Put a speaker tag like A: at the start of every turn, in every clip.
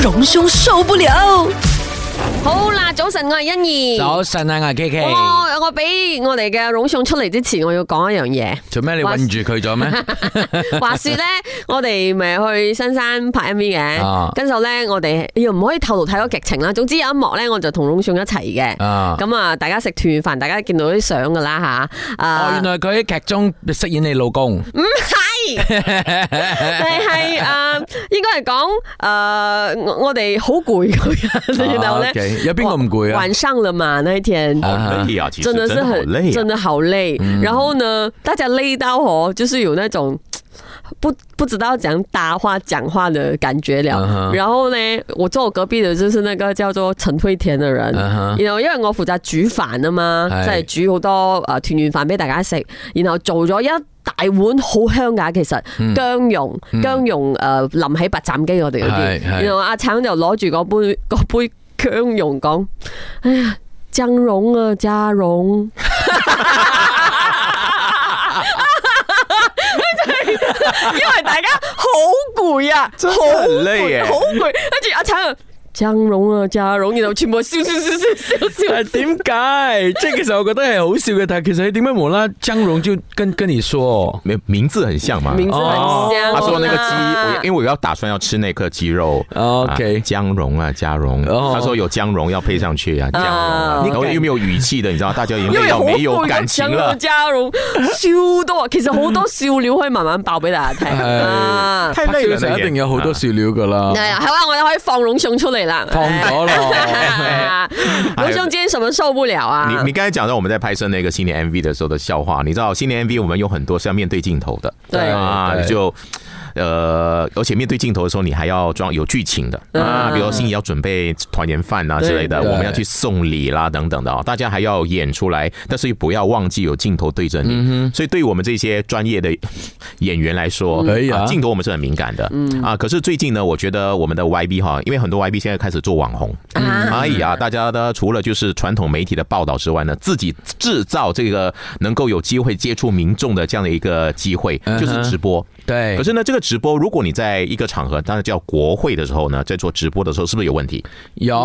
A: 榮兄受不了。
B: 好啦，早晨，我係欣怡。
C: 早晨啊，我係 K K，
B: 我我俾我哋嘅榮送出嚟之前，我要講一樣嘢。
C: 做咩你
B: 話
C: 韞住佢咗咩？
B: 話說咧，我哋咪去新山拍 M V
C: 啊
B: 嘅，跟住咧我哋又唔可以透露太多劇情啦。總之有一幕咧，我就同榮送一齊嘅。
C: 啊，
B: 咁啊，大家食團圓飯，大家見到啲相噶啦吓。
C: 哦，
B: 啊
C: 原，來佢喺劇中飾演你老公，
B: 唔 係，但係啊，應該係講诶，我我哋好攰咁樣， 然後
C: 啊
B: 咧。
C: ，OK，有邊個唔攰啊
B: 晚？上了嘛，那一天。
C: 啊
D: 好累啊，其实
B: 真的是
D: 好
B: 很
D: 累啊。
B: 的好累。然后呢，大家累到哦，就是有那种不不知道怎样搭话讲话的感觉了。
C: 嗯哼
B: 然后呢，我坐我隔壁的就是那个叫做陈慧田的人。
C: 嗯哼
B: 然後因為我負責煮飯啊嘛，即
C: 係
B: 係煮好多呃誒團圓飯俾大家食，然後做咗一大碗好香㗎，其實姜蓉姜蓉誒淋喺白斬雞我哋嗰
C: 係
B: 啲，
C: 係
B: 然後阿橙就攞住嗰杯 嗰杯姜蓉講：哎呀，姜蓉啊，嘉蓉。 因為大家好攰啊，好
D: 很累耶
B: 攰，好攰。跟住阿橙就姜蓉啊，嘉蓉，然後全部笑笑笑笑笑笑
C: 但。係點 解？即係其實我覺得係好笑嘅，但係其實你點解無啦啦張榮就跟跟你說？
D: 没有名字很像嘛。哦
B: 名字很香、
D: 他说那个
B: 啊
D: 鸡，我因为我要打算要吃那颗鸡肉。
C: 哦 OK
D: 啊姜蓉啊，姜蓉，
C: 哦
D: 他说有姜蓉要配上去啊，姜蓉啊
B: 哦，
D: 然后又没有语气的，你知道，大家已经
B: 因
D: 累
B: 為
D: 到
B: 好
D: 没有
B: 攰
D: 感
B: 嘅
D: 情
B: 整
D: 了
B: 個。嘉榮 笑多，其實好多笑料可以慢慢爆俾大家 聽
C: 係
B: 啊。
D: 太累
C: 拍攝
D: 了
C: 嘅時候
D: 那
C: 一
D: 個
C: 定有好多笑料噶啦，
B: 係啊，係啊，我哋可以放隆胸出嚟啦。
C: 放 咗 咯。
B: 隆胸今天什麼受不了啊
D: 你？你刚才讲到我们在拍摄那个新年 MV 的时候的笑话，你知道新年 MV 我们有很多是要面对镜头的，
B: 对
D: 啊，
C: 对
D: 就呃，而且面对镜头的时候，你还要装有剧情的
B: 嗯
D: 啊，比如说心里要准备团年饭啊之类的，
C: 对
D: 我们要去送礼啦等等的啊，大家还要演出来，但是又不要忘记有镜头对着
B: 嗯
D: 你，所以对于我们这些专业的 演员来说，
C: 哎呀
D: 啊镜头我们是很敏感的
C: 嗯
D: 啊。可是最近呢，我觉得我们的 YB 哈，因为很多 YB 现在开始做网红，
B: 啊
D: 哎呀，大家呢除了就是传统媒体的报道之外呢，自己制造这个能够有机会接触民众的这样的一个机会，
C: 嗯哼哎
D: 就是直播。
C: 對
D: 可，是呢，这个直播如果你在一个场合，当然叫国会的时候呢，在做直播的时候，是不是有问题
C: 有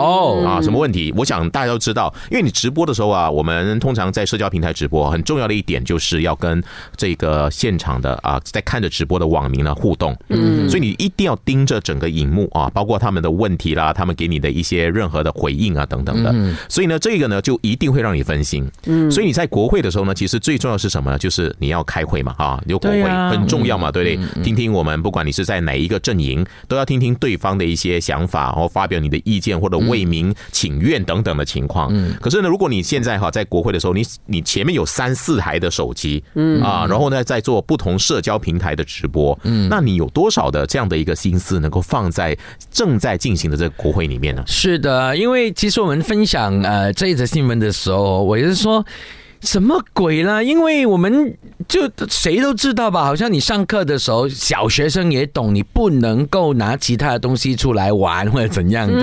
D: 啊？什么问题？我想大家都知道，因为你直播的时候啊，我们通常在社交平台直播，很重要的一点就是要跟这个现场的啊，在看着直播的网民呢互动。嗯，所以你一定要盯着整个荧幕啊，包括他们的问题啦，他们给你的一些任何的回应啊等等的。所以呢，这个呢就一定会让你分心。嗯，所以你在国会的时候呢，其实最重要是什么呢？就是你要开会嘛，啊，有国会
C: 对啊嗯
D: 很重要嘛，对不对？听听我们不管你是在哪一个阵营，都要听听对方的一些想法，然后发表你的意见或者为民请愿等等的情况。
C: 嗯
D: 可是呢，如果你现在哈在国会的时候，你你前面有三四台的手机，
C: 嗯
D: 啊，然后呢在做不同社交平台的直播，
C: 嗯
D: 那你有多少的这样的一个心思能够放在正在进行的这个国会里面呢？
C: 是的，因为其实我们分享呃这一则新闻的时候，我也是说。什么鬼啦？因为我们就谁都知道吧，好像你上课的时候，小学生也懂，你不能够拿其他的东西出来玩或者怎样的。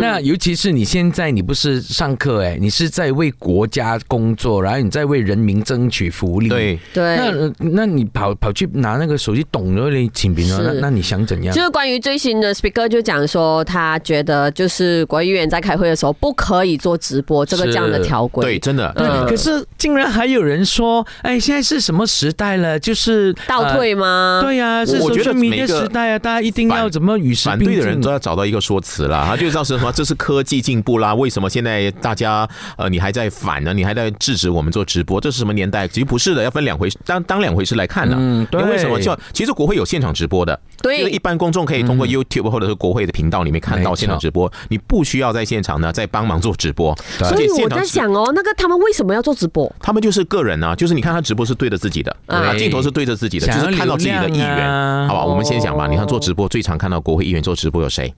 C: 那尤其是你现在，你不是上课哎、你是在为国家工作，然后你在为人民争取福利。
D: 对，
C: 那
B: 对。
C: 呃那你跑跑去拿那个手机懂了你请别人，
B: 是
C: 那那你想怎样
B: 就？是关于最新的 speaker 就讲说，他觉得就是国议员在开会的时候不可以做直播，这个这样的条规。
D: 对，真的，
B: 嗯
C: 对，可是竟然还有人说，哎，现在是什么时代了？就是
B: 倒、退吗？
C: 呃
D: 啊
C: 对呀、是
D: 我我觉得
C: social media
D: 每个
C: 时代啊，大家一定要
D: 反
C: 怎么与时
D: 反
C: 并
D: 对
C: 进。
D: 的人都要找到一个说 辞啦，他就知道是什么，这是科技进步啦。为什么现在大家呃，你还在反呢？你还在制止我们做直播？这是什么年代？其实不是的，要分两回事，当当两回事来看的。
C: 嗯对
D: 因为什么？就其实国会有现场直播的，
B: 对
D: 就是一般公众可以通过 YouTube 或者是国会的频道里面看到
C: 没错
D: 现场直播，你不需要在现场呢再帮忙做直播，
C: 对
D: 而
B: 所
D: 且
B: 以
D: 现
B: 我
D: 场
B: 在
D: 直。
B: 想哦，那个他们为什么要做直播？
D: 他们就是个人啊，就是你看他直播是对着自己的，
B: 嗯
D: 啊，镜头是对着自己的，
C: 想要
D: 就是看到自己的议
C: 流量啊
D: 员，好吧？我们先想吧，
B: 哦
D: 你看做直播最常看到国会议员做直播有谁？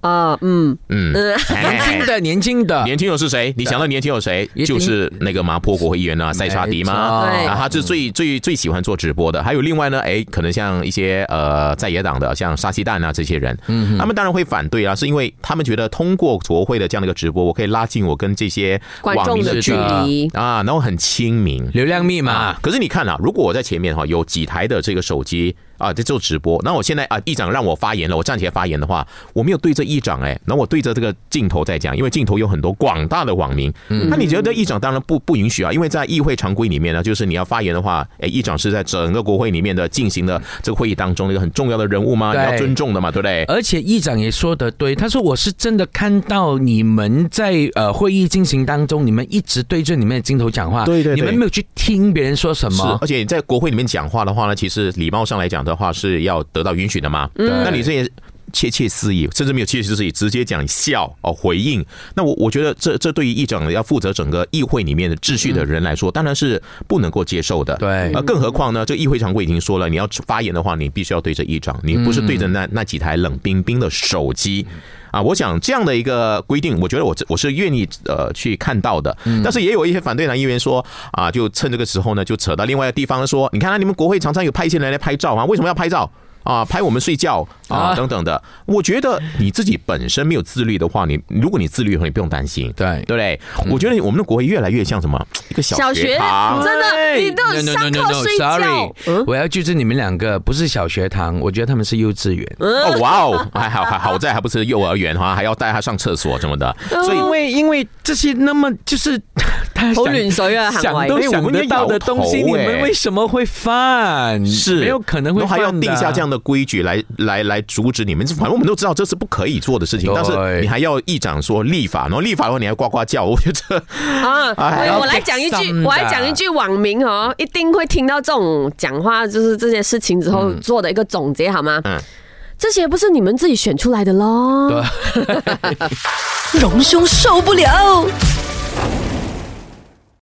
B: 啊，嗯，
D: 嗯，
C: 年轻的，年轻的，
D: 哎年轻有是谁？你想到年轻有谁
C: 一？定
D: 就是那个麻坡国会议员啊，塞沙迪嘛。
B: 对
D: 啊，他是最
C: 嗯
D: 最最喜欢做直播的。还有另外呢，哎，可能像一些呃在野党的，像沙西蛋啊这些人，嗯，他们当然会反对啊，是因为他们觉得通过国会的这样的一个直播，我可以拉近我跟这些
B: 观
D: 网
B: 众
D: 民
B: 的
D: 的
B: 距
D: 距离
B: 离。
D: 啊，然后很亲民。
C: 流量密码
D: 啊啊，可是你看啊，如果我在前面哈、有几台的这个手机啊，在做直播。那我现在啊，议长让我发言了，我站起来发言的话，我没有对着议长哎、那我对着这个镜头在讲，因为镜头有很多广大的网民。那你觉得议长当然不不允许啊，因为在议会常规里面呢，就是你要发言的话，哎，议长是在整个国会里面的进行的这个会议当中的一个很重要的人物嘛，你
C: 对
D: 要尊重的嘛，对不对？
C: 而且议长也说得对，他说我是真的看到你们在呃会议进行当中，你们一直对着你们的镜头讲话，
D: 对对对
C: 你们没有去听别人说什
D: 是
C: 么，，
D: 而且你在国会里面讲话的话呢，其实礼貌上来讲的话是要得到允许的嘛。
C: 嗯对
D: 那你这也窃窃私语，甚至没有窃窃私语，直接讲笑哦回应。那我我觉得这这对于议长要负责整个议会里面的秩序的人来说，当然是不能够接受的。
C: 嗯对
D: 呃，更何况呢，这议会常规已经说了，你要发言的话，你必须要对着议长，你不是对着那那几台冷冰冰的手机。
C: 嗯
D: 啊，我想这样的一个规定，我觉得我我是愿意呃去看到的，但是也有一些反对党议员说啊，就趁这个时候呢，就扯到另外的地方说，你看啊，你们国会常常有派一些人来拍照啊，为什么要拍照？啊，拍我们睡觉
C: 啊
D: 啊，等等的。我觉得你自己本身没有自律的话，你如果你自律的话，你不用担心，
C: 对
D: 对不对？我觉得我们的国会越来越像什么一个
B: 小学
D: 堂，
B: 真
D: 哎
B: 的，你都有
C: No,
B: 上
C: no, no, no,
B: 课
C: no,
B: 睡
C: sorry
B: 觉。嗯，
C: 我要纠正你们两个，不是小学堂，我觉得他们是幼稚园。
D: 哦，哇哦，还好还好，我在还不是幼儿园哈，还要带他上厕所什么的，所以
C: 因为因为这些那么就是 他
B: 哦好
C: 想
B: 亂水啊行為
C: 想都
D: 哎
C: 想
D: 我
C: 得
D: 们
C: 到的
D: 要
C: 东西，
D: 投
C: 你
D: 欸
C: 们为什么会犯？
D: 是
C: 没有可能会
D: 然后
C: 犯的啊
D: 还要定下这样的规矩来来来阻止你们。反正我们都知道这是不可以做的事情，但
C: 对
D: 是你还要议长说立法，然后立法的话你还呱呱叫，我觉得
B: 啊，
D: 哎
B: 我我来讲一
C: 要 pick
B: 句，
C: some
B: 我来讲一句网民哦，一定会听到这种讲话，就是这些事情之后做的一个总结，好吗？
D: 嗯
B: 这些不是 你们自己选出来的喽。
C: 对
A: 隆兄受不了。